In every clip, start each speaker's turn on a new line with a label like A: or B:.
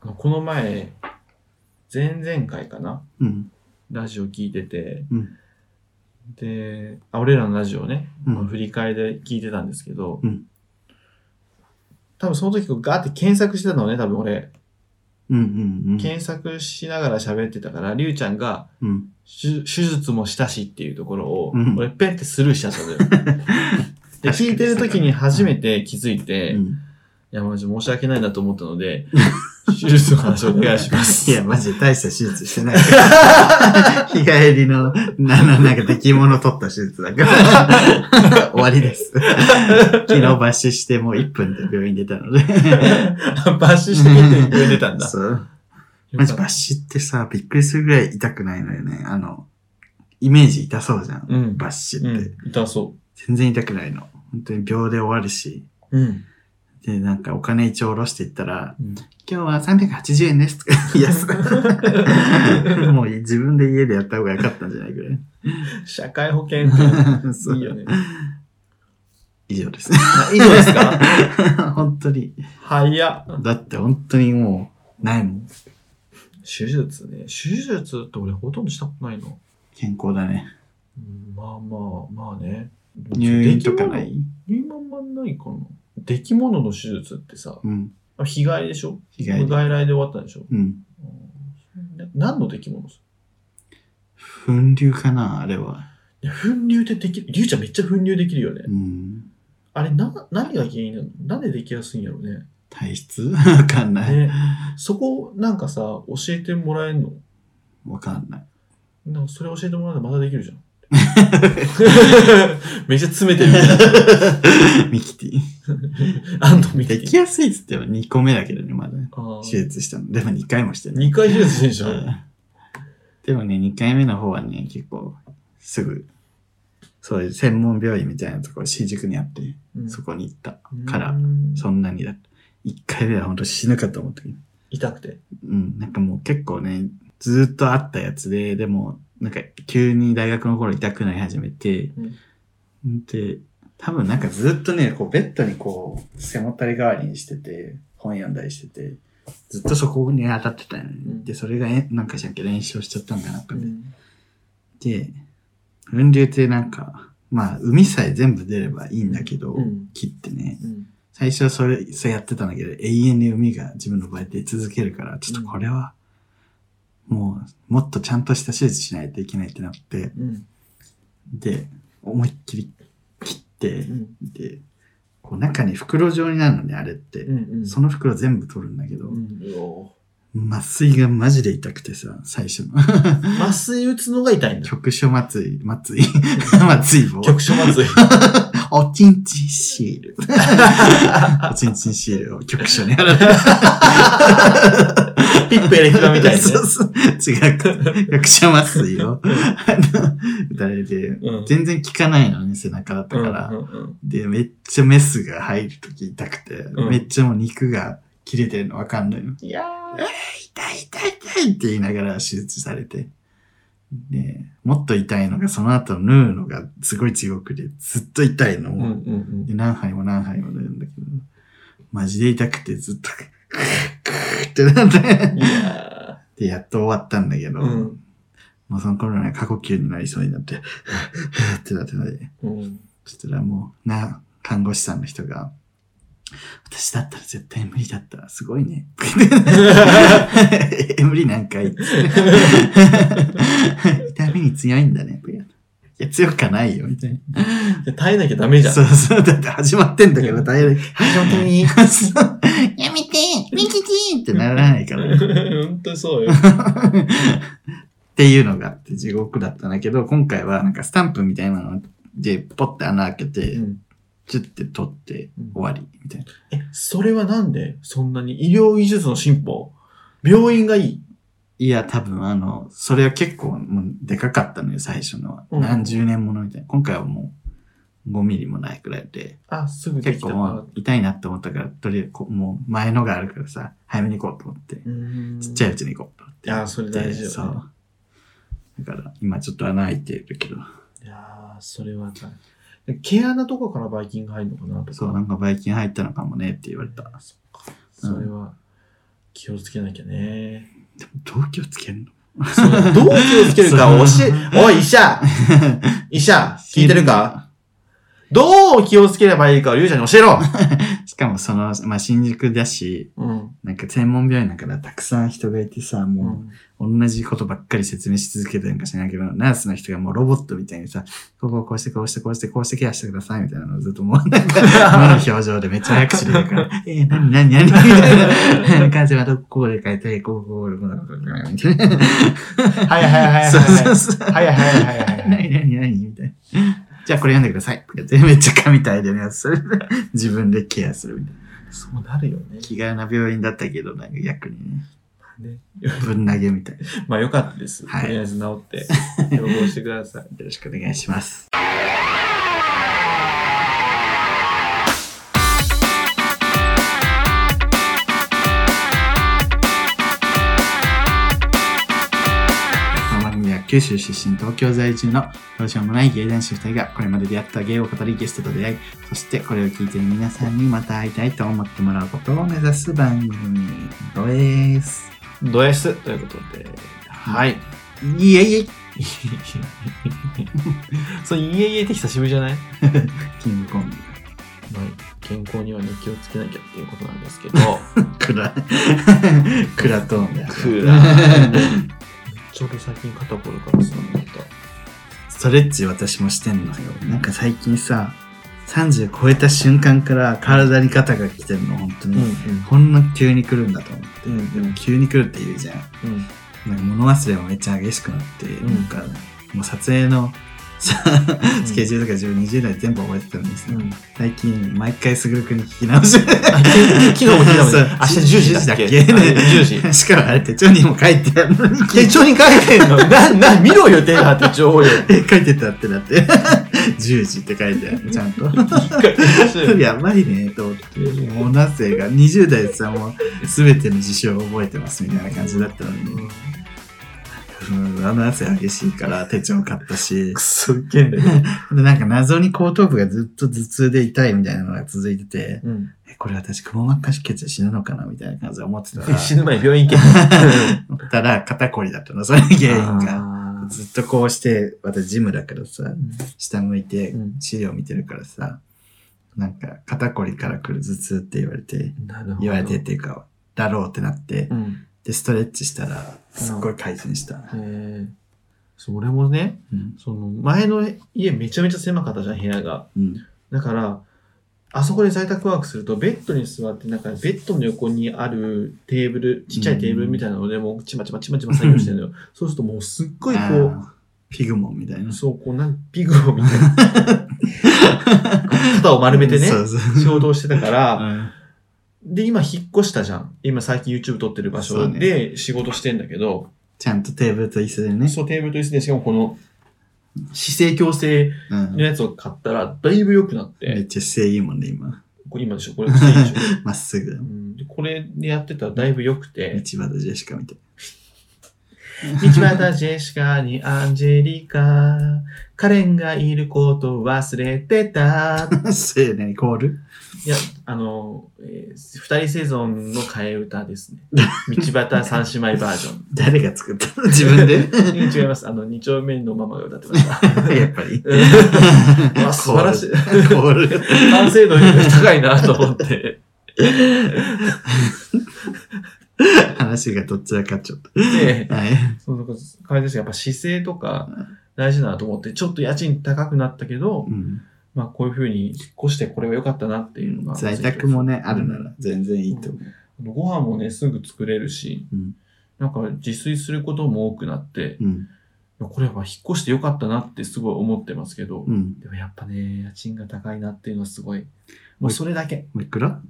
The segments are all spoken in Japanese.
A: あのこの前、前々回かな
B: うん。
A: ラジオ聞いてて、
B: うん
A: で、あ、俺らのラジオね、
B: うん
A: まあ振り返りで聞いてたんですけど、
B: うん
A: 多分その時こうガーって検索してたのね、多分俺。
B: うんうんうん。
A: 検索しながら喋ってたから、りゅうちゃんが
B: うん。
A: 手手術もしたしっていうところを、
B: うん
A: 俺ペンってスルーしちゃったの よ。で、聞いてる時に初めて気づいて、
B: う
A: い
B: ん
A: や、マジ申し訳ないなと思ったので、手術の話お願いします。
B: いや、マジで大した手術してない。日帰りの、な、な、なんか出来物取った手術だから。終わりです。昨日抜死してもう1分で病院出たので。
A: 抜死してみてくれてたんだ。
B: そう。
A: よか
B: マ
A: っ
B: ジ
A: た
B: 抜死ってさ、びっくりするぐらい痛くないのよね。あの、イメージ痛そうじゃん。
A: うん
B: 抜死って、
A: うん、痛そ
B: 全然痛くないの。本当に秒で終わるし。
A: う。うん。
B: で、なんかお金一応下ろしていったら、今日は380円 ですとか。いや、そうもう自分で家でやった方が良かったんじゃない ぐらい。
A: 社会保険って
B: そう
A: いいよね。
B: 以上です。
A: いいですか
B: 本当に。
A: 早っ。
B: だって本当にもう、ないもん。
A: 手術ね。手術って俺ほとんどしたことないの。
B: 健康だね。
A: うんまあまあ、まあね。
B: 入院とかない
A: 出来物入院あんまないかな。出来物の手術ってさ、
B: うん。
A: あ日帰りでしょ
B: 被
A: 無
B: 害で。
A: 外来で終わったんでしょ、
B: うん。
A: うんな何の出来物です
B: 粉流かなあれは。
A: いや粉流ってできる。りゅうちゃんめっちゃ粉流できるよね。
B: うん。
A: あれな、何が原因なのなんでできやすいんやろうね。
B: 体質わかんない。
A: ねそこ、なんかさ、教えてもらえんの
B: わか んない。
A: なんかそれ教えてもらえたらまたできる じゃん。めっちゃ詰めてるみたいな。
B: ミキティ。
A: 安藤美
B: で
A: 希
B: き。やすいっつっても2個目だけどね、まだ。
A: あ
B: 手術したの。でも2回もしてない。
A: 2回手術してんじゃ。
B: うんんでもね、2回目の方はね、結構、すぐ、そういう専門病院みたいなところ、新宿にあって、
A: うん
B: そこに行った。から
A: うん
B: そんなにだった。1回目は本当死ぬかと思ったけど。
A: 痛くて。
B: うん、なんかもう結構ね、ずーっとあったやつで、でも、なんか急に大学の頃痛くなり始めて、で、多分なんかずーっとね、こうベッドにこう、背もたれ代わりにしてて、本読んだりしてて、ずっとそこに当たってたよね。
A: うん
B: で、それがえ、なんかしなきゃ練習しちゃったんだな、と
A: う
B: かね。
A: ん
B: で、分流ってなんか、まあ、海さえ全部出ればいいんだけど、
A: うん
B: 切ってね。
A: うん
B: 最初はそれ、それやってたんだけど、永遠に海が自分の場合出続けるから、ちょっとこれは、もう、もっとちゃんとした手術しないといけないってなって、
A: うん
B: で、思いっきり切って
A: う、ん
B: で、こう中に袋状になるのね、あれって。
A: うん
B: その袋全部取るんだけど
A: う、んうお
B: 麻酔がマジで痛くてさ、最初の。
A: 麻酔打つのが痛いんだ。
B: 局所麻酔、麻酔、 麻酔棒。
A: 局所麻 酔。
B: おちんちんシー ル。おちんちんシールを局所に貼られ
A: ピップエレキバみたいなね。
B: そうそう。違う。役者麻酔を、誰で、
A: うん
B: 全然効かないのね、背中だったから。
A: うんうん
B: で、めっちゃメスが入るとき痛くて、
A: うん
B: めっちゃもう肉が切れてるのわかんないの。
A: いや
B: 痛い痛い痛いって言いながら手術されて。で、もっと痛いのが、その後縫うのがすごい強くて、ずっと痛いの。
A: ー。
B: もう
A: うんうん
B: で、何杯も何杯も出るんだけど、マジで痛くてずっと、ってなっ
A: うん。
B: て、
A: いや
B: で、やっと終わったんだけど、
A: ーうん
B: もうその頃には過呼吸になりそうになって、ってなってなって、
A: うん。
B: そしたらもう、な、看護師さんの人が、私だったら絶対無理だった。すごいね。 え無理なんかい。痛みに強いんだね。いや、強くはないよ、みたいな。
A: で耐えなきゃダメじゃん
B: そ。うそう。だって始まってんだから大変。
A: 本当に。
B: そう やめてミキキーってならないから ね。
A: 本当にそうよ。
B: っていうのがあって地獄だったんだけど、今回はなんかスタンプみたいなので、ポッて穴開けて、チュッて取って
A: うん
B: 終わりみたいな。
A: え、それはなんでそんなに医療技術の進歩病院がいい
B: いや、多分あの、それは結構もうでかかったのよ、最初のは。
A: うん
B: 何十年ものみたいな。今回はもう5ミリもないくらいで、
A: あ、すぐで
B: 結
A: きた
B: 構
A: か
B: まあ
A: ら。
B: 痛いなって思ったから、とりあえずこうもう前のがあるからさ、早めに行こうと思って。ちっちゃいう
A: い。
B: ちに行こうと思って。
A: いやーそれ大事よね
B: そう。だから、今ちょっと穴開いてるけど、
A: いやーそれは大変。毛穴とかからバイキンが入るのかなとか。
B: そう、なんかバイキン入ったのかもねって言われた。
A: そっかそれは、気をつけなきゃね。
B: どう気をつけるの
A: そうどう気をつける か教え、おい医者医者聞いてるかどう気をつければいいかをゆうちゃんに教えろ
B: しかもその、まあ、新宿だし、
A: うん。
B: なんか専門病院だからたくさん人がいてさ、
A: う
B: も
A: ん
B: う同じことばっかり説明し続けてるんか知らないけど、ナースの人がもうロボットみたいにさ、ここをこうしてこうしてこうしてこうしてケアしてくださいみたいなのをずっともうなんか、無の表情でめっちゃ早口で言うから、えー、なになになにみたいな。感じはどここで書いて、こうこうこうこうこうこうみたいな。
A: はいはいはいはいはい。
B: そうそうそう。
A: はいはいはいはいはい。
B: 何何何みたいな。じゃあこれ読んでください。とか言ってめっちゃ神対応のやつする。自分でケアするみたいな。
A: そうなるよね。
B: 気軽な病院だったけど、なんか逆にね、
A: ね
B: ぶん投げみたいな。よ
A: まあよかったです。
B: はい
A: とりあえず治 って、予防してください。
B: ろしくお願いします。この番組は九州出身東京在住のどうしようもない芸男子2人がこれまで出会った芸を語りゲストと出会いそしてこれを聞いている皆さんにまた会いたいと思ってもらうことを目指す番組です
A: ドエスということで、はい。
B: いえいえ
A: そう、いえいえって久しぶりじゃない、
B: キングコング
A: まあ、健康にはね、気をつけなきゃっていうことなんです けど、めっ
B: クラ クラトーンだよ
A: クラちょうど最近肩こるからさ、また。
B: ストレッチ私もしてんのよなんか最近さ30超えた瞬間から体に肩が来てるの本当に、
A: ん
B: こんな急に来るんだと思って、
A: うん
B: でも急に来るって言うじゃん
A: うん。
B: なんか物忘れもめっちゃ激しくなって、
A: ん
B: なんかもう撮影のさ
A: ん
B: スケジュールとか自分20代全部覚えてたんです、
A: うん。
B: 最近毎回すぐるくんに聞き直して
A: あ、 昨日も聞いた もん
B: そう
A: ね。明日10時だっけ
B: 10時だっけ
A: あ10時。
B: しかもあれ手帳にも書いてあるのに
A: 手帳に書いてんの な、な、見ろよ、手が手 帳をよ。
B: え 書いてたってなって10時って書いてあるちゃん とやばいねと思ってもうなぜが20代でさもう全ての事象を覚えてますみたいな感じだったのに、うん、あの汗激しいから手帳買ったし
A: くそ、ウケんだよ。
B: で、なんか謎に後頭部がずっと頭痛で痛いみたいなのが続いてて、
A: うん。
B: え、これ私、くも膜下出血で死ぬのかなみたいな感じで思って たら、
A: 死ぬ前に病院行け。
B: 思ったら肩こりだったの、それ 原因が。
A: あー
B: ずっとこうして、私ジムだからさ、下向いて
A: うん
B: 資料見てるからさ、なんか肩こりから来る頭痛って言われて、
A: なるほど。
B: 言われてっ。ていうか、だろうってなって
A: う、ん。
B: で、ストレッチしたら、すっごい改善した。
A: えー、そう俺もね、
B: うん。
A: その前の家めちゃめちゃ狭かったじゃん、部屋が。
B: うん。
A: だから、あそこで在宅ワークすると、ベッドに座って、なんかベッドの横にあるテーブル、ちっちゃいテーブルみたいなので、もうちまちまちまちま作業してるのよ。そうするともうすっごいこう、
B: あーピグモンみたいな。
A: そう、こう、なんピグをみ たいな。肩を丸めてね、
B: そうそう。
A: 仕事をしてたから、
B: うん
A: で、今引っ越したじゃん。今最近 YouTube 撮ってる場所で仕事してんだけど、
B: ちゃんとテーブルと椅子でね。
A: そう、テーブルと椅子で、しかもこの、姿勢矯正
B: うん
A: のやつを買ったら、だいぶ良くなっ、
B: めってちゃ姿勢いいもんね、今。
A: これ今でしょ、これ、これいいでしょ。
B: まっすぐ
A: う
B: だよ。
A: んでこれでやってたらだいぶ良く
B: 道
A: て
B: 端、ジェシカ みたい。
A: 道端ジェシカにアンジェリカ、カレンがいること忘れて た。
B: そうよね、コール。
A: いや、あの、えー二人生存の替え歌ですね。道端三姉妹バージョ ン。
B: 誰が作ったの自 分で
A: いや違います。あの、二丁目のママが歌ってました。
B: やっぱり。
A: うわ素晴らしい。
B: コ ール。
A: 完成度高いなと思 って。
B: 話がどっちらかっちゃっ
A: で
B: た。、はい。
A: その改善してやっぱ姿勢とか大事だなと思って、ちょっと家賃高くなったけど、
B: うん
A: まあこういうふうに引っ越してこれは良かったなっていうのが。
B: 在宅もね、あるな
A: うん
B: ら全然いいと思う。
A: ご飯もね、すぐ作れるし、
B: うん
A: なんか自炊することも多くなって、
B: うん。
A: これは引っ越して良かったなってすごい思ってますけど、
B: うん。
A: でもやっぱね、家賃が高いなっていうのはすごい。もうそれだけ。
B: おいくら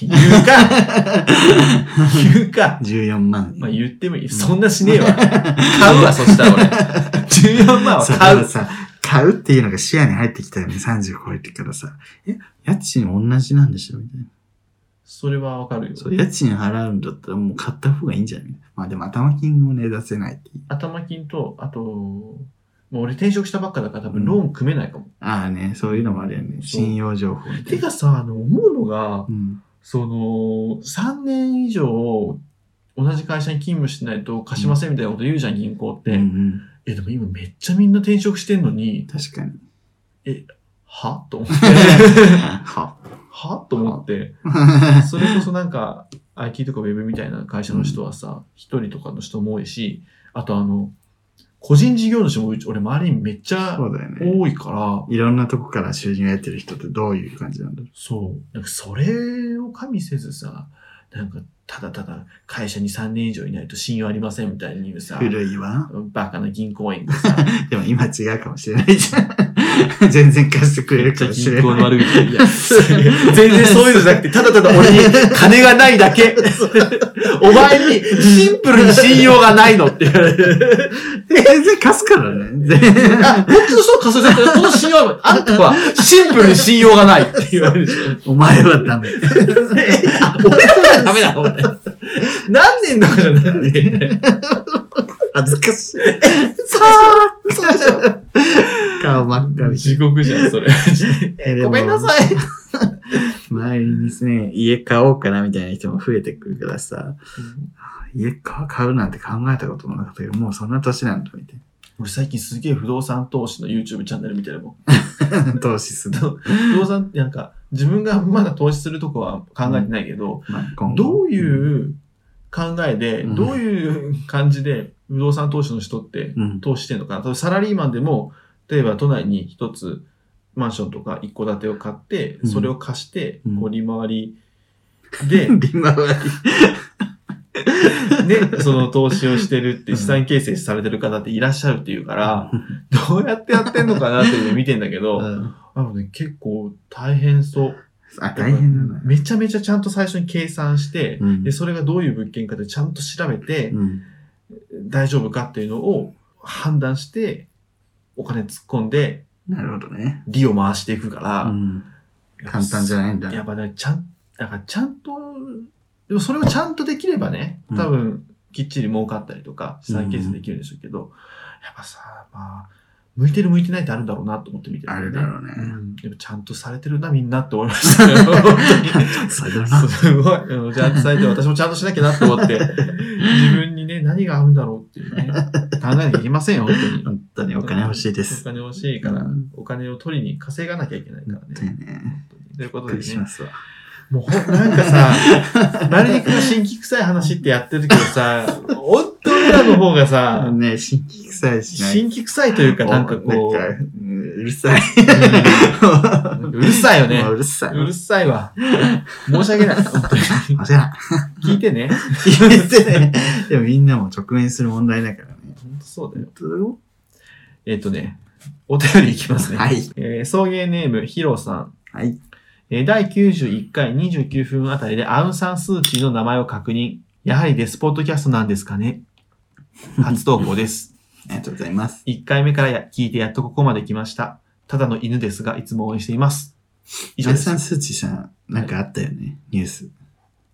A: 言うか 言うか
B: ?14 万。
A: まあ言ってもいい。そんなしねえ わ。買うわ、そしたら俺。14万 は
B: そう
A: 買
B: だ
A: う。
B: からさ、買うっていうのが視野に入ってきたよね、30超えてからさ。え、家賃同じなんでしょみたいな。
A: それはわかるよ。
B: そう、家賃払うんだったらもう買った方がいいんじゃないまあでも頭金もね、出せないっていう。
A: 頭金と、あと、もう俺転職したばっかだから多分ローン組めないかも。
B: ああね、そういうのもあるよね。
A: そう
B: 信用情報みた
A: て
B: いな。
A: かさ、あの、思うのが、
B: うん。
A: その、3年以上、同じ会社に勤務してないと貸しませんみたいなこと言うじゃん、銀行って。
B: うんうん、
A: え、でも今めっちゃみんな転職してんのに、
B: 確かに。
A: はと思 って。
B: は。
A: はと思 って。それこそなんか、IT とか Web みたいな会社の人はさ、一、人とかの人も多いし、あとあの、個人事業主もうち、俺周りにめっちゃ
B: そうだよね。
A: 多いから、
B: いろんなとこから収入を得てる人ってどういう感じなんだろ
A: そう。なんかそれを加味せずさ、なんかただただ会社に3年以上いないと信用ありませんみたいに言う
B: う
A: さ、
B: 古いわ。
A: バカな銀行員がさ、
B: でも今違うかもしれないじゃん。 全然貸してくれ
A: めっ
B: る
A: ち
B: か
A: ゃ
B: もし
A: 銀
B: れ
A: 行
B: な
A: の
B: い。
A: 悪口。いや、 全然そういうのじゃなくて、ただただ俺に金がないだ け。お前にシンプルに信用がないのって言われる。
B: 全然貸すからね。全然
A: あ、本当にそうか、それだこの信用は、あんたはシンプルに信用が ないって言われる。
B: お前はダメ。
A: 俺らはダメだろ、俺。何年だからなんで。
B: 恥ずかしい。顔真っ赤に
A: 地獄じゃん、それ。
B: えでも
A: ごめんなさい。
B: 周りにですね、家買おうかなみたいな人も増えてくるからさ、家か買うなんて考えたこともなかったけど、もうそんな年なんだ、みたい
A: 俺最近すげえ不動産投資の YouTube チャンネル見てるもん。
B: な。投資する。
A: 不動産ってなんか自分がまだ投資するとこは考えてないけど、
B: まあ、今後
A: どういう考えで、
B: うん
A: どういう感じで不動産投資の人って
B: うん。
A: 投資してんのかな例えばサラリーマンでも例えば都内に一つマンションとか一戸建てを買って
B: うん
A: それを貸して
B: うん
A: こう利回り で、
B: 利回り。
A: ね、その投資をしてるって資産形成されてる方っていらっしゃるっていうから、どうやってやってんのかなっていうのを見てんだけど、
B: うん
A: なので結構大変そう。
B: あ、大変なんだね。
A: めちゃめちゃちゃんと最初に計算して、
B: うん
A: で、それがどういう物件かでちゃんと調べて、
B: うん
A: 大丈夫かっていうのを判断して、お金突っ込んで、
B: なるほどね。
A: 利を回していくから、
B: うん簡単じゃないんだ。
A: やっぱね、ちゃん、なんかちゃんと、でもそれをちゃんとできればね、多分、きっちり儲かったりとか、資産形成できるんでしょうけど、やっぱさ、まあ、向いてる向いてないってあるんだろうなと思って見てる、
B: あるだろうね。
A: うん。やっぱちゃんとされてるな、みんなって思いました よ。本当に
B: そう だな。
A: すごい。うんちゃんとされて、私もちゃんとしなきゃなと 思って、自分にね、何が合うんだろうっていうね、考えなきゃいけませんよ、本当に。
B: 本当にお金欲しいで
A: お
B: す。
A: 金欲しいから
B: うん、
A: お金を取りに稼がなきゃいけないから
B: 本当
A: ね。
B: にね。
A: というこ
B: び
A: と
B: っく
A: で
B: りし
A: ね
B: ま。すわ。
A: もうほんなんかさ、なるにくが新規臭い話ってやってるけどさ、本当俺らの方が
B: あ
A: さ
B: の、ね、新規臭いしない。
A: 新規臭いというか、なんかこ
B: なん
A: う
B: かうんうるさい。
A: うん、うるさいよね
B: もう。うるさい。
A: うるさいわ。申し訳ない。本当に
B: あじゃあ、
A: 聞いてね。
B: 聞いてね。でもみんなも直面する問題だからね。
A: 本当そうだよ。
B: どうよ
A: えっ、とね、お便りいきますね。
B: はい。
A: えー送迎ネーム、ヒロさん。
B: はい。
A: えー第91回29分あたりでアウンサンスーチーの名前を確認。やはりデスポッドキャストなんですかね初投稿 です。
B: ありがとうございます。
A: 1回目からや聞いてやっとここまで来ました。ただの犬ですが、いつも応援しています。以
B: ジ
A: 上
B: ャ
A: で
B: ン
A: す
B: サ。ン数値さん、なんかあったよね、ニュース。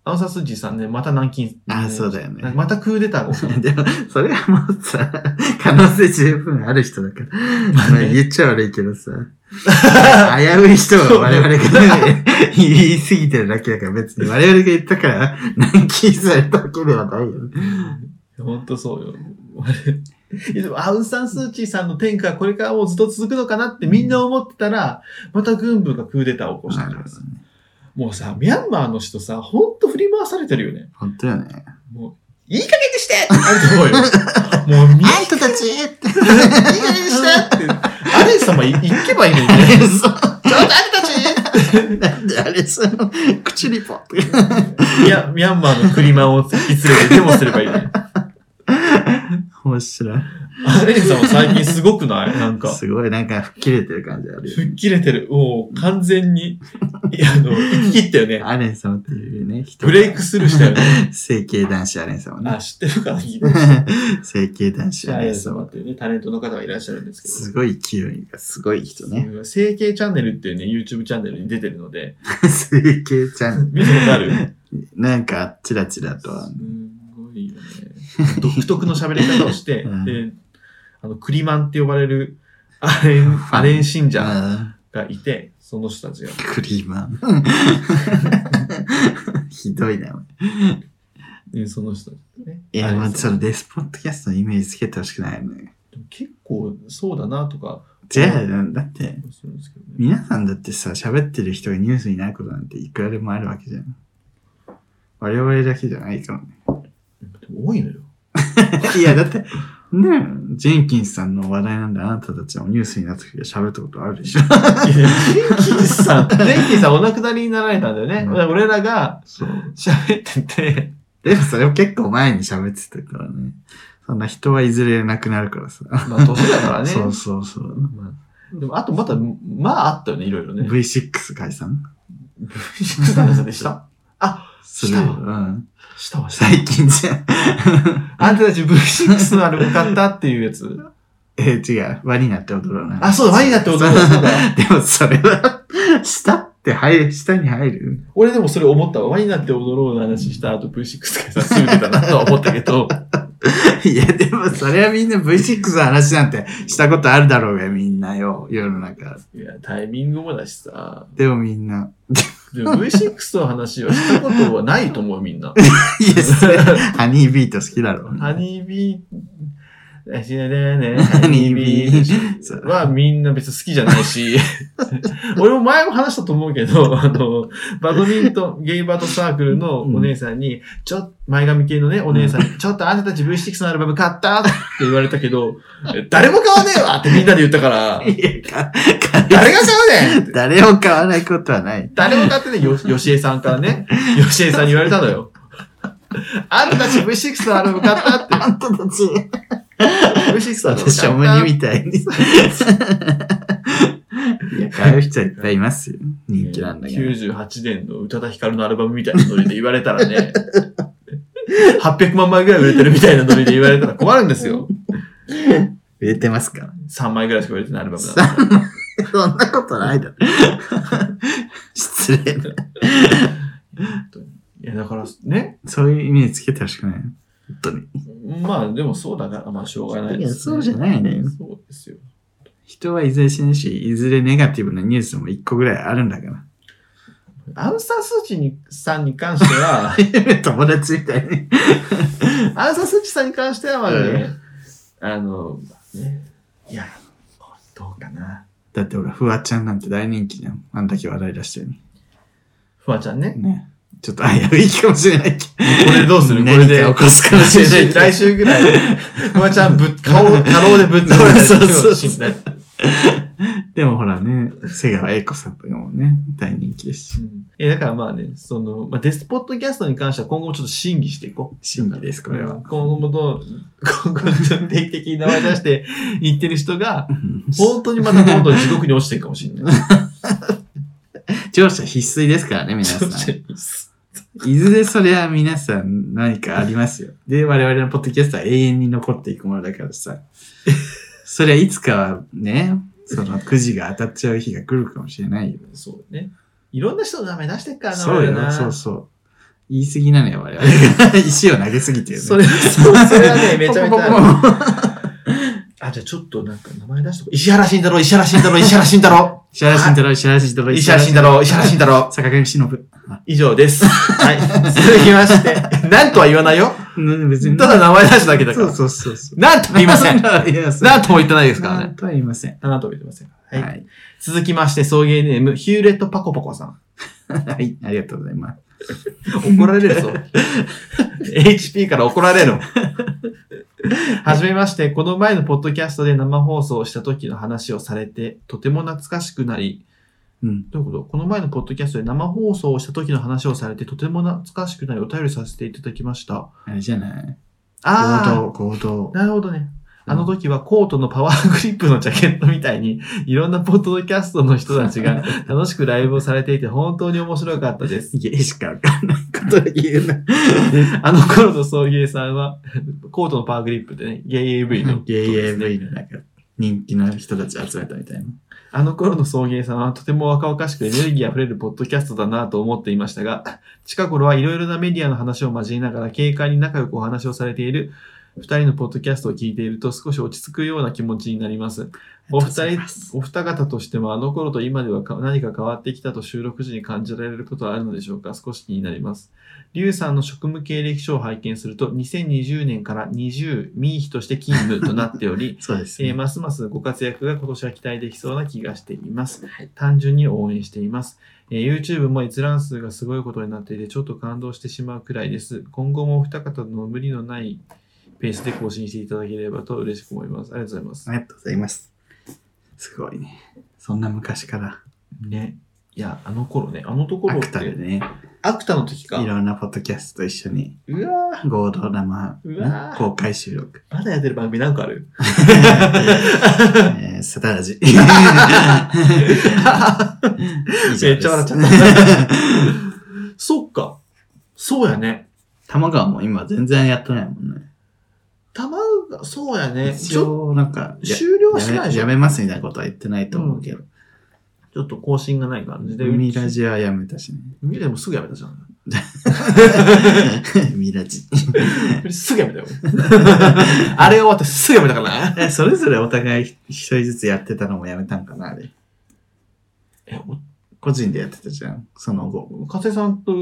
A: アウンサンスーチーさんね、また南京。
B: あそうだよね
A: またクーデターを。
B: でも、それはもうさ、可能性十分ある人だから。まあ、言っちゃ悪いけどさ。危うい人は我々が、ね、言い過ぎてるだけだから別に我々が言ったから軟禁されたわけではないよね。
A: ほんとそうよ。 いやでもアウンサンスーチーさんの天下はこれからもずっと続くのかなってみんな思ってたら、また軍部がクーデターを起こしたんです。
B: ね。
A: もうさ、ミャンマーの人さ、ほんと振り回されてるよね。
B: 本当よね。
A: もう、いい加減にしてってあると思う よ。もう、み、いい
B: あんたたちって。
A: 加減にしてって。アレン様い行けばいいのに
B: あ
A: ね。
B: れそう。
A: ちょっとあんたた
B: なんであれその、口リポって。
A: ちいや、ミャンマーのクリマンを引き連れてデモすればいいのに。
B: 面白い。
A: アレン様最近すごくないなんか。
B: すごい、なんか吹っ切れてる感じあるよ
A: 吹
B: ね。
A: っ切れてる。もう完全に、いや、あの、生き切ったよね。
B: アレン様っていうね、人
A: ブレイクスルーしたよね。
B: 整形男子アレン様
A: あ、
B: ね。
A: 知ってるかな聞いて
B: 整形男子ア
A: ア
B: レ
A: レ
B: ン
A: ン
B: 様
A: 様っ。ていうね、タレントの方がいらっしゃるんですけど。
B: すごい勢いがすごい人ね。
A: 整形チャンネルっていうね、YouTube チャンネルに出てるの で、
B: 整形ちゃん。
A: 見たことある
B: なんか、チラチラとは
A: す。ごいよね。独特の喋り方をして、
B: うん
A: で、あの、クリマンって呼ばれるアレン、アレン信者
B: あ
A: がいて、その人たちが、
B: ークリーマン。 ひどいな。
A: でその人ね。
B: いや、
A: あれ
B: まあ、
A: です
B: そのレスポッドキャストのイメージつけてほしくないよね。
A: でも結構そうだなとか、
B: じゃあ、だって、
A: するんですけどね。
B: 皆さんだってさ、喋ってる人がニュースになることなんていくらでもあるわけじゃん。我々だけじゃないからね。
A: でも多いのよ。
B: いや、だって、ねえジェンキンスさんの話題なんであなたたちもニュースになった時は喋ったことあるでしょ。
A: ジェンキンスさん、ジェンキンスさんお亡くなりになられたんだよね。
B: うん
A: だから俺らが
B: そう。
A: 喋ってて、
B: でもそれを結構前に喋ってたからね。そんな人はいずれ亡くなるからさ。
A: まあ年だからね。
B: そうそうそう。
A: まあでも、あとまた、まああったよね、いろいろね。
B: V6 解散
A: シタでした。
B: する。
A: し
B: う
A: たわ
B: ん。
A: したわ、した。
B: 最近じゃん。
A: あんたたち V6 のあれ良かったっていうやつ。
B: え、違う。輪になって踊ろうな。
A: あ、そうだ、ワインだって男だそうだ。
B: でもそれは、下って入る、下に入る
A: 俺でもそれ思ったわ。ワインだって踊ろうの話した後 V6 解散するてたなとは思ったけど。
B: いや、でもそれはみんな V6 の話なんてしたことあるだろうが、みんなよ、世の中。
A: いや、タイミングもだしさ。
B: でもみんな。
A: でも V6 の話はしたことはないと思う、みんな。
B: いや、それ、 ハニービート好きだろう。
A: ハニービー、あ知らねえね
B: ハ
A: ハニ
B: ニー
A: ー
B: ビ
A: ビ
B: ー
A: ーはみんな別に好きじゃないし、俺も前も話したと思うけど、あの、バドミントン、ゲイバドサークルのお姉さんに、ちょっと、前髪系のね、お姉さんに、ちょっとあなたたち V6 のアルバム買ったって言われたけど、え誰も買わねえわってみんなで言ったから、
B: いや、か
A: 誰が買うねんって
B: 誰も買わないことはない。
A: 誰も買ってね、よ、よしえさんからね、よしえさんに言われたのよ。あんたたち V6 のアルバム買ったって、
B: あんたた
A: V6 のアル
B: ち、
A: バム買った。
B: 私は無理みた いに。いや、買う人はいっぱいいますよ。人気なんだけど。
A: 98年の宇多田ヒカルのアルバムみたいなノリで言われたら ね、800万枚ぐらい売れてるみたいなノリで言われたら困るんです よ。
B: 売れてますか
A: 3枚ぐらいしか売れてないアルバムだ
B: さそんなことないだろ。 失礼な。
A: いや、だからね、
B: そういう意味につけてほしくない。本当に。
A: まあでもそうだから、まあしょうがないです、
B: いやそうじゃないのよ
A: そうですよ。
B: 人はいずれ死ぬし、いずれネガティブなニュースも一個ぐらいあるんだから。
A: アンサー数値にさんに関して は、
B: 友達みたいに。
A: アンサー数値さんに関しては、まあ
B: う
A: ね、あの、ね、いや、どうかな。
B: だってほら、フワちゃんなんて大人気じゃん。あんだけ話題出したように。
A: フワちゃん ね。
B: ね。ちょっと危ういかもしれないけ
A: これどうする
B: ど。
A: これで
B: 何か起こすかもし れないけど。
A: 来週ぐらい、フワちゃんぶっ、顔、 過労でぶっ倒れたりするかもしれない
B: でもほらね、瀬川栄子さんとかもね、大人気ですし。
A: え、だからまあね、その、まあ、デスポットキャストに関しては今後もちょっと審議していこう。
B: 真理です、これは。
A: 今後もどう、今後ちょっと定期的に名前出して言ってる人が、 本当にまた今度地獄に落ちてるかもしれ ない。
B: 聴者必須ですからね、皆さん。
A: そ
B: いずれそれは皆さん何かありますよ。で、我々のポッドキャストは永遠に残っていくものだか らさ。それはいつかはね、そのくじが当たっちゃう日が来るかもしれないよ。
A: うね。いろんな人の名前出してるからな、
B: そう
A: 俺ら
B: よ、
A: な
B: そうそう。言い過ぎなのよ、我々 が。石を投げすぎてるね。
A: それ、そうそれは ね、めちゃめち
B: ポコポ
A: ゃ。
B: コポコ
A: あ、じゃあちょっとなんか名前出してこう石原慎太郎、石原慎太郎、石原慎太郎、
B: 石原慎太郎、石原慎太郎、
A: 石原慎太郎、石原慎太郎。
B: 坂上忍。
A: 以上 です。はい。続きまして。なんとは言わないよ。
B: うん別
A: た
B: に。
A: だ名前出しただけだか
B: そう
A: ら。
B: そうそうそう。
A: なんとも言いま せん。
B: いや、そう。
A: なんとも言ってないですから
B: な
A: ね
B: ん。とは言いません。
A: なんとも言ってません。は
B: はい
A: い。。続きまして、送迎ネーム、ヒューレット・パコパコさん。
B: はい。ありがとうございます。
A: 怒られる ぞ。HP から怒られるの。はじめまして、この前のポッドキャストで生放送をした時の話をされて、とても懐かしくなり、
B: うん。
A: どういうことこの前のポッドキャストで生放送をした時の話をされて、とても懐かしくなり、お便りさせていただきました。
B: あれじゃない
A: あー
B: 合同、合同。
A: なるほどね。あの時はコートのパワーグリップのジャケットみたいに、 いろんなポッドキャストの人たち が楽しくライブをされていて本当に面白かったです。
B: 家しかわかんないことを言うな。
A: あの頃の送迎さんは、コートのパワーグリップでね、ゲイ AV の。
B: JAV のなんか人気の人たち集めたみたいな。
A: あの頃の送迎さんはとても若々しくエネルギー溢れるポッドキャストだなと思っていましたが、近頃はいろいろなメディアの話を交えながら軽快に仲良くお話をされている二人のポッドキャストを聞いていると少し落ち着くような気持ちになります。お二人、お二方としてもあの頃と今ではか何か変わってきたと収録時に感じられることはあるのでしょうか少し気になります。リュウさんの職務経歴書を拝見すると、2020年から20ミーヒとして勤務となっており、
B: そうです
A: え
B: ね。
A: ーますますご活躍が今年は期待できそうな気がしています。単純に応援しています。えー YouTube も閲覧数がすごいことになっていて、ちょっと感動してしまうくらいです。今後もお二方の無理のないペースで更新していただければと嬉しく思います。ありがとうございます
B: あ。りがとうございます。すごいね。そんな昔から、
A: ね。いや、あの頃ね、あのとこ
B: ア
A: ろっ
B: ク
A: て
B: タ、でね、
A: アクタの時か。
B: いろんなポッドキャストと一緒に
A: うわー
B: 合同生
A: うわー
B: 公開収録。
A: まだやってる番組なんかある
B: えー、セタラ ジ。以上です
A: めっちゃ笑っ ちゃっそっか。そうやね。
B: 玉川も今全然やってないもんね。
A: 玉が、そうやね。
B: 一
A: ちょ
B: 応なんか、や
A: 終了はし
B: や
A: ない
B: め
A: でしょ
B: やめますみたいなことは言ってないと思うけど。
A: ちょっと更新がない感じで。
B: ミラジはやめたし ね。
A: ミラジもすぐやめたじゃ ん。
B: ミラジ。
A: すぐやめ たよ。あれが終わってすぐやめたからね。
B: え、それぞれお互い一人ずつやってたのもやめたんかな、あれ。
A: え、
B: 個人でやってたじゃん、その後。
A: お加瀬さんと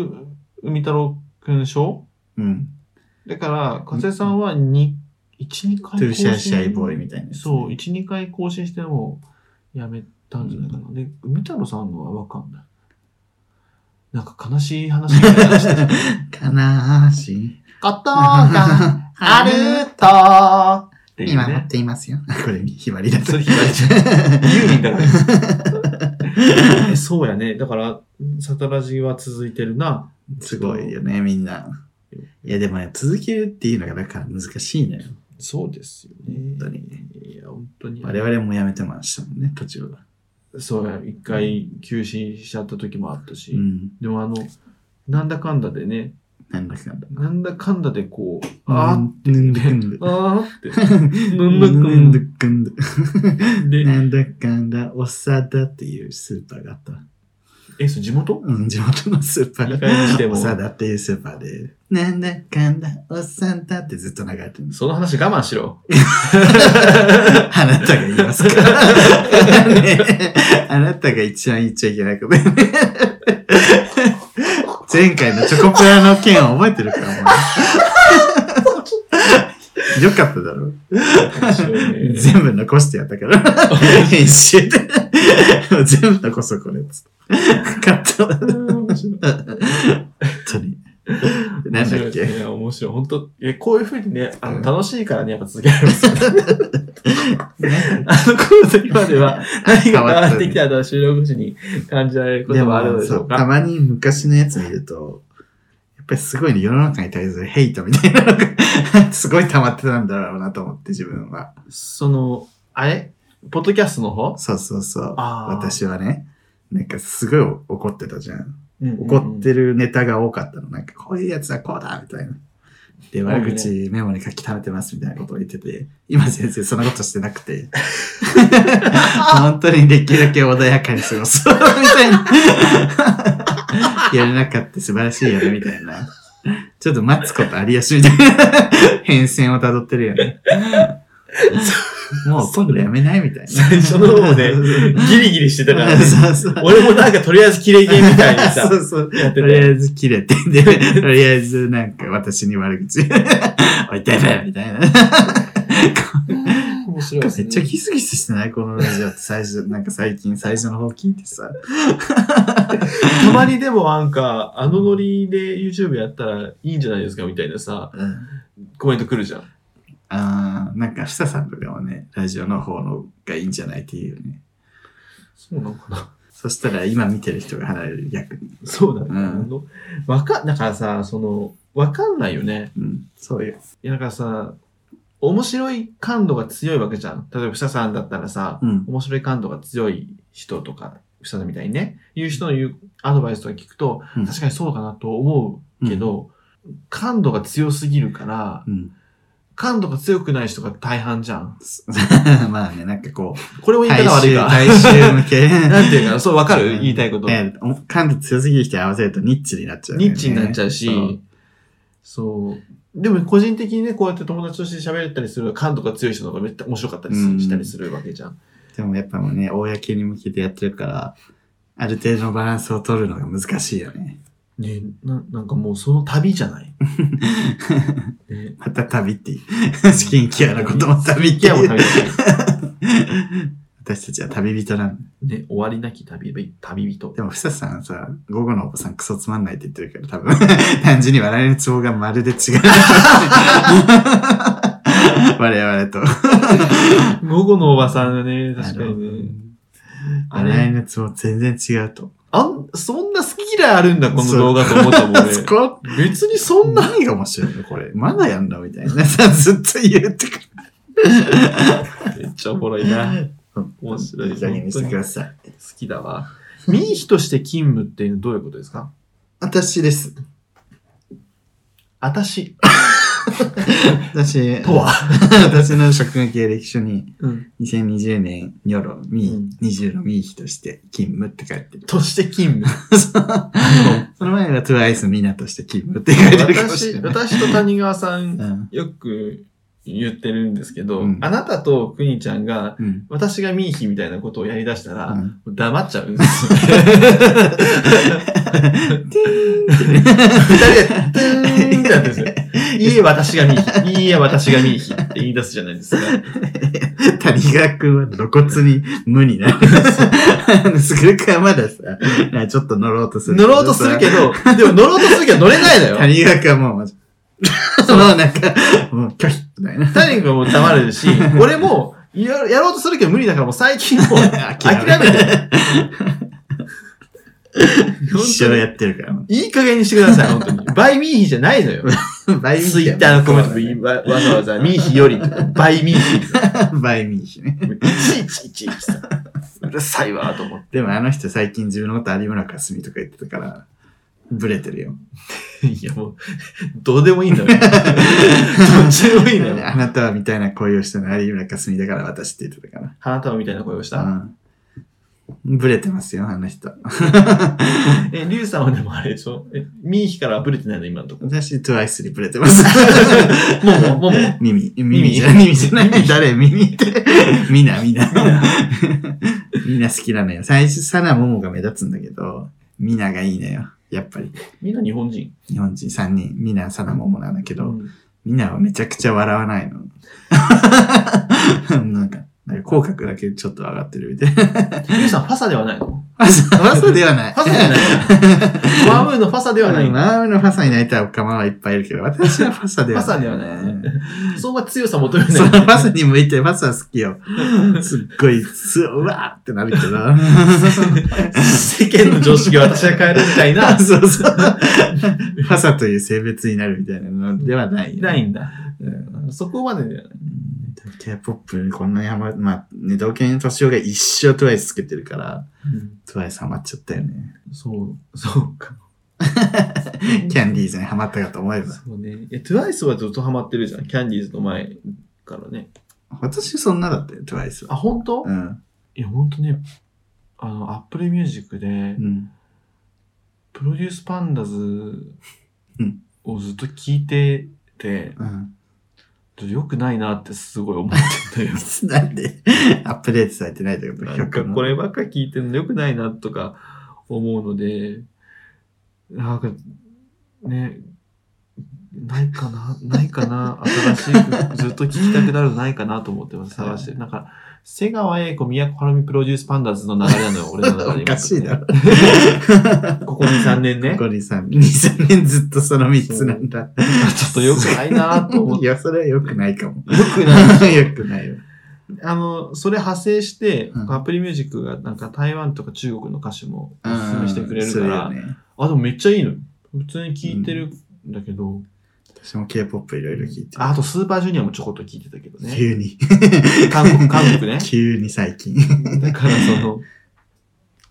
A: 海太郎くん賞
B: うん。
A: だから、加瀬さんはに1、2
B: ト
A: 回
B: ゥーシャイシャイボーイみたいなやつね。
A: そう、1、2回更新してもやめたんじゃないかな。で、海太郎さんのはわかんない。なんか悲しい話みたいな話 でしょ
B: 悲しい。
A: こと があるとっていう
B: 今持っ
A: ね。
B: ていますよ。これ、ひまりだ
A: そ
B: と
A: れ。ひまりちゃんユーミンだ から。そうやね。だから、サタラジは続いてるな。
B: すごいよね、みんな。いや、でもね、続けるっていうのが、だから難しいのよ。
A: そうですよね。
B: 本当に。
A: いや、本当に。
B: 我々もやめてましたもんね、途中は。
A: そうや、一回休止しちゃった時もあったし。
B: うん。
A: でもあの、なんだかんだでね、
B: なんだかんだ。
A: なんだかんだでこう、あ
B: ーなんだかん
A: ー、
B: だ。
A: あーって、
B: なんだかんだかんだ。
A: で、
B: なんだかんだ、おさだっていうスーパーがあった。
A: え、そう、地元
B: うん、地元のスーパ
A: いかにして
B: ー
A: も
B: が、おさだっていうスーパーで、なんだかんだ、おさだってずっと流れてるんです。
A: その話我慢しろ。
B: あなたが言いますから。ねあなたが一番言っちゃいけないことね。 前回のチョコプラの件を覚えてるかお前。 よかっただろ全部残してやったから。編集で。全部残そう、これ。 つってカット。本当に。なんだっけ
A: いや、 面白い。本当え、こういうふうにね、あの、楽しいからね、やっぱ続けられます。 あの頃と今では、何 が変わってきたとは収録時に感じられることもあるのでしょう
B: た
A: か。
B: まに昔のやつ見ると、やっぱりすごいね、世の中に対するヘイトみたいなのが、すごい溜まってたんだろうなと思って、自分は。
A: その、あれポッドキャストの方
B: そうそうそう。
A: あー
B: 私はね、なんかすごい怒ってたじゃん。怒
A: 怒
B: ってるネタが多かったの。なんか、こういうやつはこうだみたいな。で、悪口メモに書き溜めてますみたいなことを言ってて、今先生そんなことしてな くて、本当にできるだけ穏やかに過ごそう、みたいな。やれなかった素晴らしいよね、みたいな。ちょっと待つことありやし、みたいな。変遷を辿ってるよね。もう今度やめないみたいな。
A: 最初の方 で、ギリギリしてたからね。
B: そうそう。
A: 俺もなんかとりあえず綺麗系みたいにさ
B: そ、うそう。
A: やって
B: とりあ
A: て。
B: えず切れて、で、とりあえずなんか私に悪口、 おい、てめえみたいな。
A: 面白いです
B: め
A: ね。
B: っちゃギスギスしてないこのラジオって最初、なんか最近最初の方聞いてさ。
A: たまにでもなんか、あのノリで YouTube やったらいいんじゃないですかみたいなさ、
B: うん。
A: コメント来るじゃん。
B: あーなんか、ふささんとかもね、ラジオの方のがいいんじゃないっていうよね。
A: そうなのかな
B: そしたら今見てる人が離れる、逆に。
A: そうだね。
B: うん
A: あのわか、だからさ、その、わかんないよね。
B: うん。そういう。
A: いや、だからさ、面白い感度が強いわけじゃん。例えば、ふささんだったらさ、
B: うん。
A: 面白い感度が強い人とか、ふささんみたいにね、いう人の言うアドバイスとか聞くと、
B: うん
A: 確かにそうだなと思うけど、感度が強すぎるから、
B: うん。
A: 感度が強くない人が大半じゃん。
B: まあね、なんかこう、
A: これも言い
B: 大
A: 方悪い
B: 衆、
A: か。
B: 大衆向 け。
A: なんていうかな、そうわかる言いたいこと。
B: ねお感度強すぎる人に合わせるとニッチになっちゃう、
A: ニッチになっちゃうし
B: そう、
A: そう。でも個人的にね、こうやって友達として喋れたりするのは感とか強い人の方がめっちゃ面白かったりす
B: うん
A: るしたりするわけじゃん。
B: でもやっぱもうね、公に向けてやってるから、ある程度のバランスを取るのが難しいよね。
A: ねな、なんかもうその旅じゃ ない。ね、
B: また旅っていうスキンケアのことも旅っ
A: い
B: て
A: やも
B: いうう
A: 旅じゃない。
B: 私たちは旅人なんだ。
A: ね、終わりなき旅び、旅人。
B: でも、ふささんはさ、午後のおばさんクソつまんないって言ってるから、多分単純に笑えるツボがまる で違う。我々と。
A: 午後のおばさんがね、確かにね。
B: あの笑えるツボ全然違うと。
A: あん、そんな好き嫌いあるんだ、この
B: そう
A: 動画と思ったもんね。
B: そこ、
A: 別にそんな、
B: 何が面白いのこれ。まだやんのみたいな。 ずっと言ってく
A: めっちゃおもろいな。
B: る。
A: 面白い
B: いい加減にしてください。
A: 好きだわ。民費として勤務っていうのはどういうことですか
B: 私です。
A: あたし。
B: 私、
A: とは。
B: 私の職業経歴書に、
A: うん。
B: 2020年、ニョロ、ミ
A: うん
B: ー、20のミーヒとして勤務って書いてる。
A: として勤務。
B: その前は TWICE ミナとして勤務って書いてるかも
A: 私、
B: しれない。
A: 私と谷川さん、
B: うん。
A: よく言ってるんですけど、
B: うん
A: あなたとくにちゃんが、
B: うん。
A: 私が民費みたいなことをやりだしたら、
B: う
A: も
B: ん
A: う黙っちゃうんですよね。二人で、ドゥーンってなってるんですよ。 いいえ、私がミーヒ。いいえ、私がミーヒって言い出すじゃないですか。
B: 谷川くんは露骨に無になる。あのすぐるくんはまださ、ちょっと乗ろうとする。
A: 乗ろうとするけど、でも乗ろうとするけど乗れないのよ。
B: 谷川くんはもう、も うなんか、もう拒否みたいな。
A: タリンがもう黙るし、俺もややろうとするけど無理だからもう最近もう諦めて。本
B: 一
A: 当
B: 生
A: に
B: やってるから。
A: いい加減にしてください、本当に。バイミーヒじゃないのよ。
B: バイミー
A: ツイッターのコメントでわわざわざミーヒよりとか、バイミーヒとか。
B: バイミーヒね。
A: いちいちいちいちさ。うるさいわ、と思っ
B: でもあの人最近自分のこと有村架純とか言ってたから、ブレてるよ。
A: て。いや、もう、どうでもいいんだよ。どっちでもいいんだよ。
B: あなたはみたいな恋をしたのは有村架純だから私って言ってたか
A: 花束みたいな声をした。
B: ら。うん。ブレてますよ、あの人。
A: え、リュウさんはでもあれでしょえ、ミーヒからはブレてないの今のとこ。
B: 私、トゥワイスにブレ てます。
A: もう、もう、もう、
B: 耳、耳じゃ、耳じゃない。誰 耳って。みんな、みんな。みんな好きなのよ。最初、サナモモが目立つんだけど、ミナがいいのよ。やっぱり。
A: みんな日本人。
B: 日本人3人。ミナ、サナモモなんだけど。
A: うん
B: みんなはめちゃくちゃ笑わないの。 なんか、なんか口角だけちょっと上がってるみたいな。
A: リュウさん、ファサではないの
B: 朝ではな い。
A: ファサじゃないのワームーのファサではないの
B: マウのファサになりたいおかまはいっぱいいるけど、私はファサではない。
A: ファサではないそんな強さ求め
B: そ
A: な
B: の
A: い。
B: ファサに向いてファサ好きよ。すっごい、すうわーって なるけど。。
A: 世間の常識を私が変えるみたいな
B: そうそう。ファサという性別になるみたいなのではない。
A: ないんだ。
B: うん。
A: そこまでではない。
B: K-POP にこんなにハマまあ、ね、同居の年男が一生トワイスつけてるから、トワイスハマっちゃったよね。
A: そう、そう か。
B: キャンディーズにハマったかと思えば。
A: そうね。え、TWICE はずっとハマってるじゃん。キャンディーズの前からね。
B: 私そんなだったよ、トワイス
A: あ、
B: は。
A: 本当
B: うん。
A: いや、本当ね、あの、Apple Music で
B: う、ん。
A: プロデュースパンダズ
B: うん
A: をずっと聞いてて、
B: うん。
A: ちょっと良くないなってすごい思ってんだよ。
B: なんで、 アップデートされてないってこ と
A: なんか こればっか聞いてるの良くないなとか思うので、なんか、ね、ないかな、ないかな、新しくずっと聞きたくなるのないかなと思ってます探して。なんか、瀬川栄子、宮古はるみプロデュースパンダーズの流れなのよ、俺の中で今。
B: おかしいだろ。
A: ここ2、3年ね。
B: ゴリさん、2、3年ずっとその3つなんだ。
A: ちょっと良くないなと思っ
B: い
A: て。
B: や、それは良くないかも。
A: 良くない。
B: 良くないよ。
A: あの、それ派生して、
B: うん
A: アプリミュージックがなんか台湾とか中国の歌手もおすすめしてくれる
B: そ
A: か
B: う
A: ら、
B: よね。
A: あ、でもめっちゃいいのよ。普通に聴いてるんだけど、
B: 私も K-POP いろいろ聞いてる。
A: ああとスーパージュニアもちょこっと聴いてたけどね。
B: 急に。。
A: 韓国、韓国ね
B: 急に最近。
A: だからそ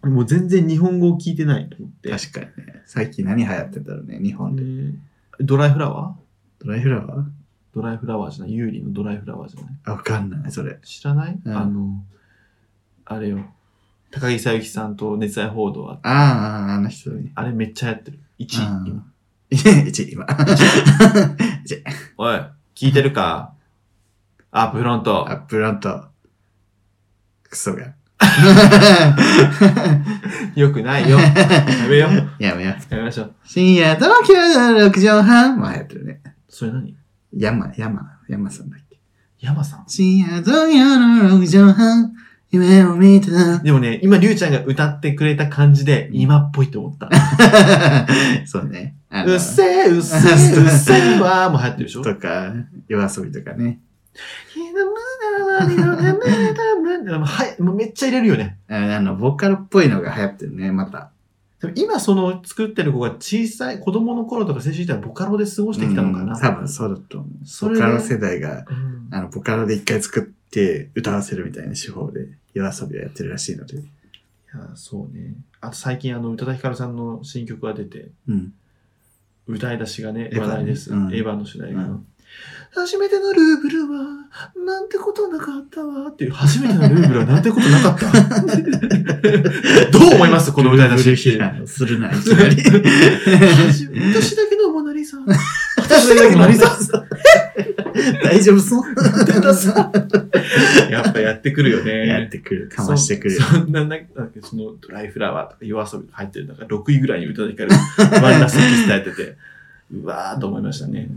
A: の、もう全然日本語を聞いてないと思って。
B: 確かにね。最近何流行ってんだろうね、日本で。
A: でドライフラワ
B: ドライフラワー
A: ードライフラワーじゃない。ユーリのドライフラワーじゃない。
B: あわかんない、それ。
A: 知らない、
B: うん
A: あの、あれよ。高木さゆきさんと熱愛報道あって
B: ああ、あの人ね。
A: あれめっちゃやってる。1位
B: あ
A: 今。
B: ー1、今。
A: おい、聞いてる かアップフロント
B: ア。ップロント。クソが。
A: よくない よ。やめよう。や
B: やめよう。
A: めましょう。
B: 深夜東京の6畳半。まあやってるね。
A: それ何
B: 山、山、山さんだっけ。
A: 山さん。
B: 深夜東京の6畳半。夢を見てた。
A: でもね、今、りゅうちゃんが歌ってくれた感じで、今っぽいと思 った。
B: そうね。あの
A: うっせー、うっせー、 うっせーは、もう流行ってるでしょ
B: とか、夜遊びとかね。
A: はい、もうめっちゃ入れるよね。
B: ああの、ボーカルっぽいのが流行ってるね、また。
A: でも今その作ってる子が小さい子供の頃とか青春時代はボカロで過ごしてきたのかな、
B: うん多分そうだと思。
A: そうれ
B: ボ
A: で
B: カロ世代が、
A: うん
B: あの、ボカロで一回作って歌わせるみたいな手法で夜遊びをやってるらしいので。
A: いやそうねあと最近あの宇多田ヒカルさんの新曲が出て
B: うん。
A: 歌い出しがね、
B: エヴァね
A: 話題です。エ
B: う
A: ヴ
B: ん
A: ァの主題歌
B: う
A: の。初めてのルーブルは、なんてことなかったわっていう、初めてのルーブルはなんてことなかった どう思いますこの歌い出しって。
B: するな、いきなり。
A: 初め私だけのモナリザ。私だけのモナリザ。
B: 大丈夫そう
A: やっぱやってくるよね。
B: やってくる、かましてくる
A: そ。そんな、なんか、その、ドライフラワーとか夜遊びが入ってる中、6位ぐらいに歌だけから、マイナスに伝えてて、うわーと思いましたね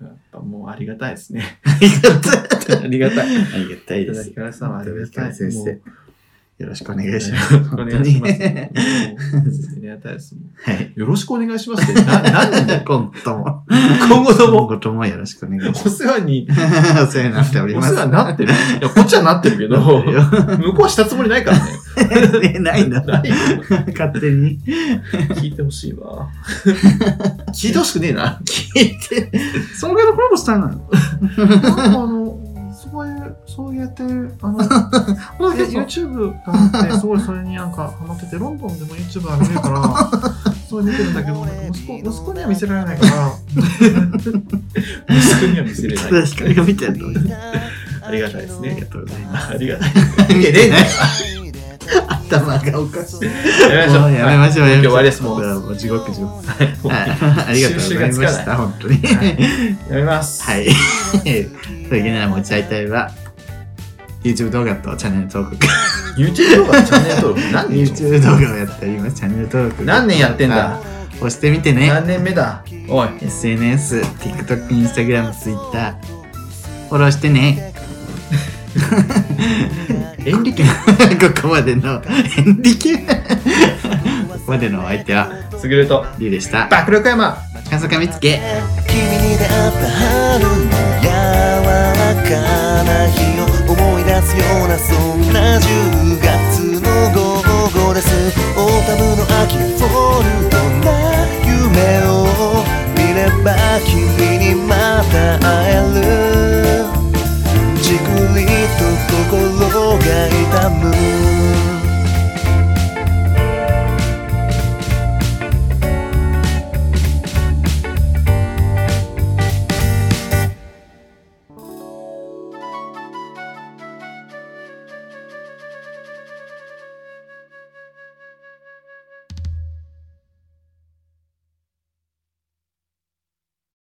B: う。ん
A: やっぱもうありがたいですね。
B: ありがたい。
A: ありがたい。
B: ありがたい
A: 宇多
B: で
A: 田
B: す
A: ヒ。カルさんはありがたい。
B: 先生
A: もう。
B: よろしくお願いしま
A: よ
B: す。
A: ろしくお願いします。
B: 本
A: もうありがたいです。も
B: 当にはいう
A: よろしくお願いしますって、な、なんなんだよ。
B: 今後とも。
A: 今後と
B: 今
A: も、
B: 後ともよろしくお願いします。
A: お世話に、
B: お世話になってお
A: お
B: り
A: 世
B: ます。
A: 話になってる。いや、こっちはなってるけど、
B: なってる
A: 向
B: よ
A: こうはしたつもりないからね。
B: えないんだ。
A: ないよ
B: 勝手に。
A: 聞いてほしいわ。聞いてほしくねえな。
B: 聞いて。そのぐらいのコラボしたの。
A: なんかあの、そういう、そうや ってる、あの、いや YouTube があって、すごいそれになんかハマってて、ロンドンでも YouTube ある から、それ見てるんだけど、なんか息子息子には見せられないから、息子には見せれ
B: 北田光が見てるの。
A: ありがたいです
B: あり
A: ね
B: が。とうございます。
A: ありがたい。
B: 見てね。 頭がおかし い。
A: や
B: もうやめましょう。
A: 今
B: やめましょう
A: 日終わりですもう
B: もう地獄地獄。
A: ょう。
B: はいありがとうございま
A: 収拾が
B: し
A: つか
B: た。本当に。
A: やめます。
B: はい。というわけ で、持ち合いたいは、YouTube 動画とチャンネル登録。
A: YouTube 動画のチャンネル登録、何年
B: YouTube 動画をやっております。チャンネル登録。
A: 何年やってんだ
B: 押してみてね。
A: 何年目だおい。
B: SNS、TikTok、Instagram、Twitter、フォローしてね。
A: エンリケ、
B: ここまでの、エンリケ ここまでのお相 手は、
A: すぐると、
B: リュウでした。
A: 爆力山
B: 観測見つけ。
C: 君に出会った春の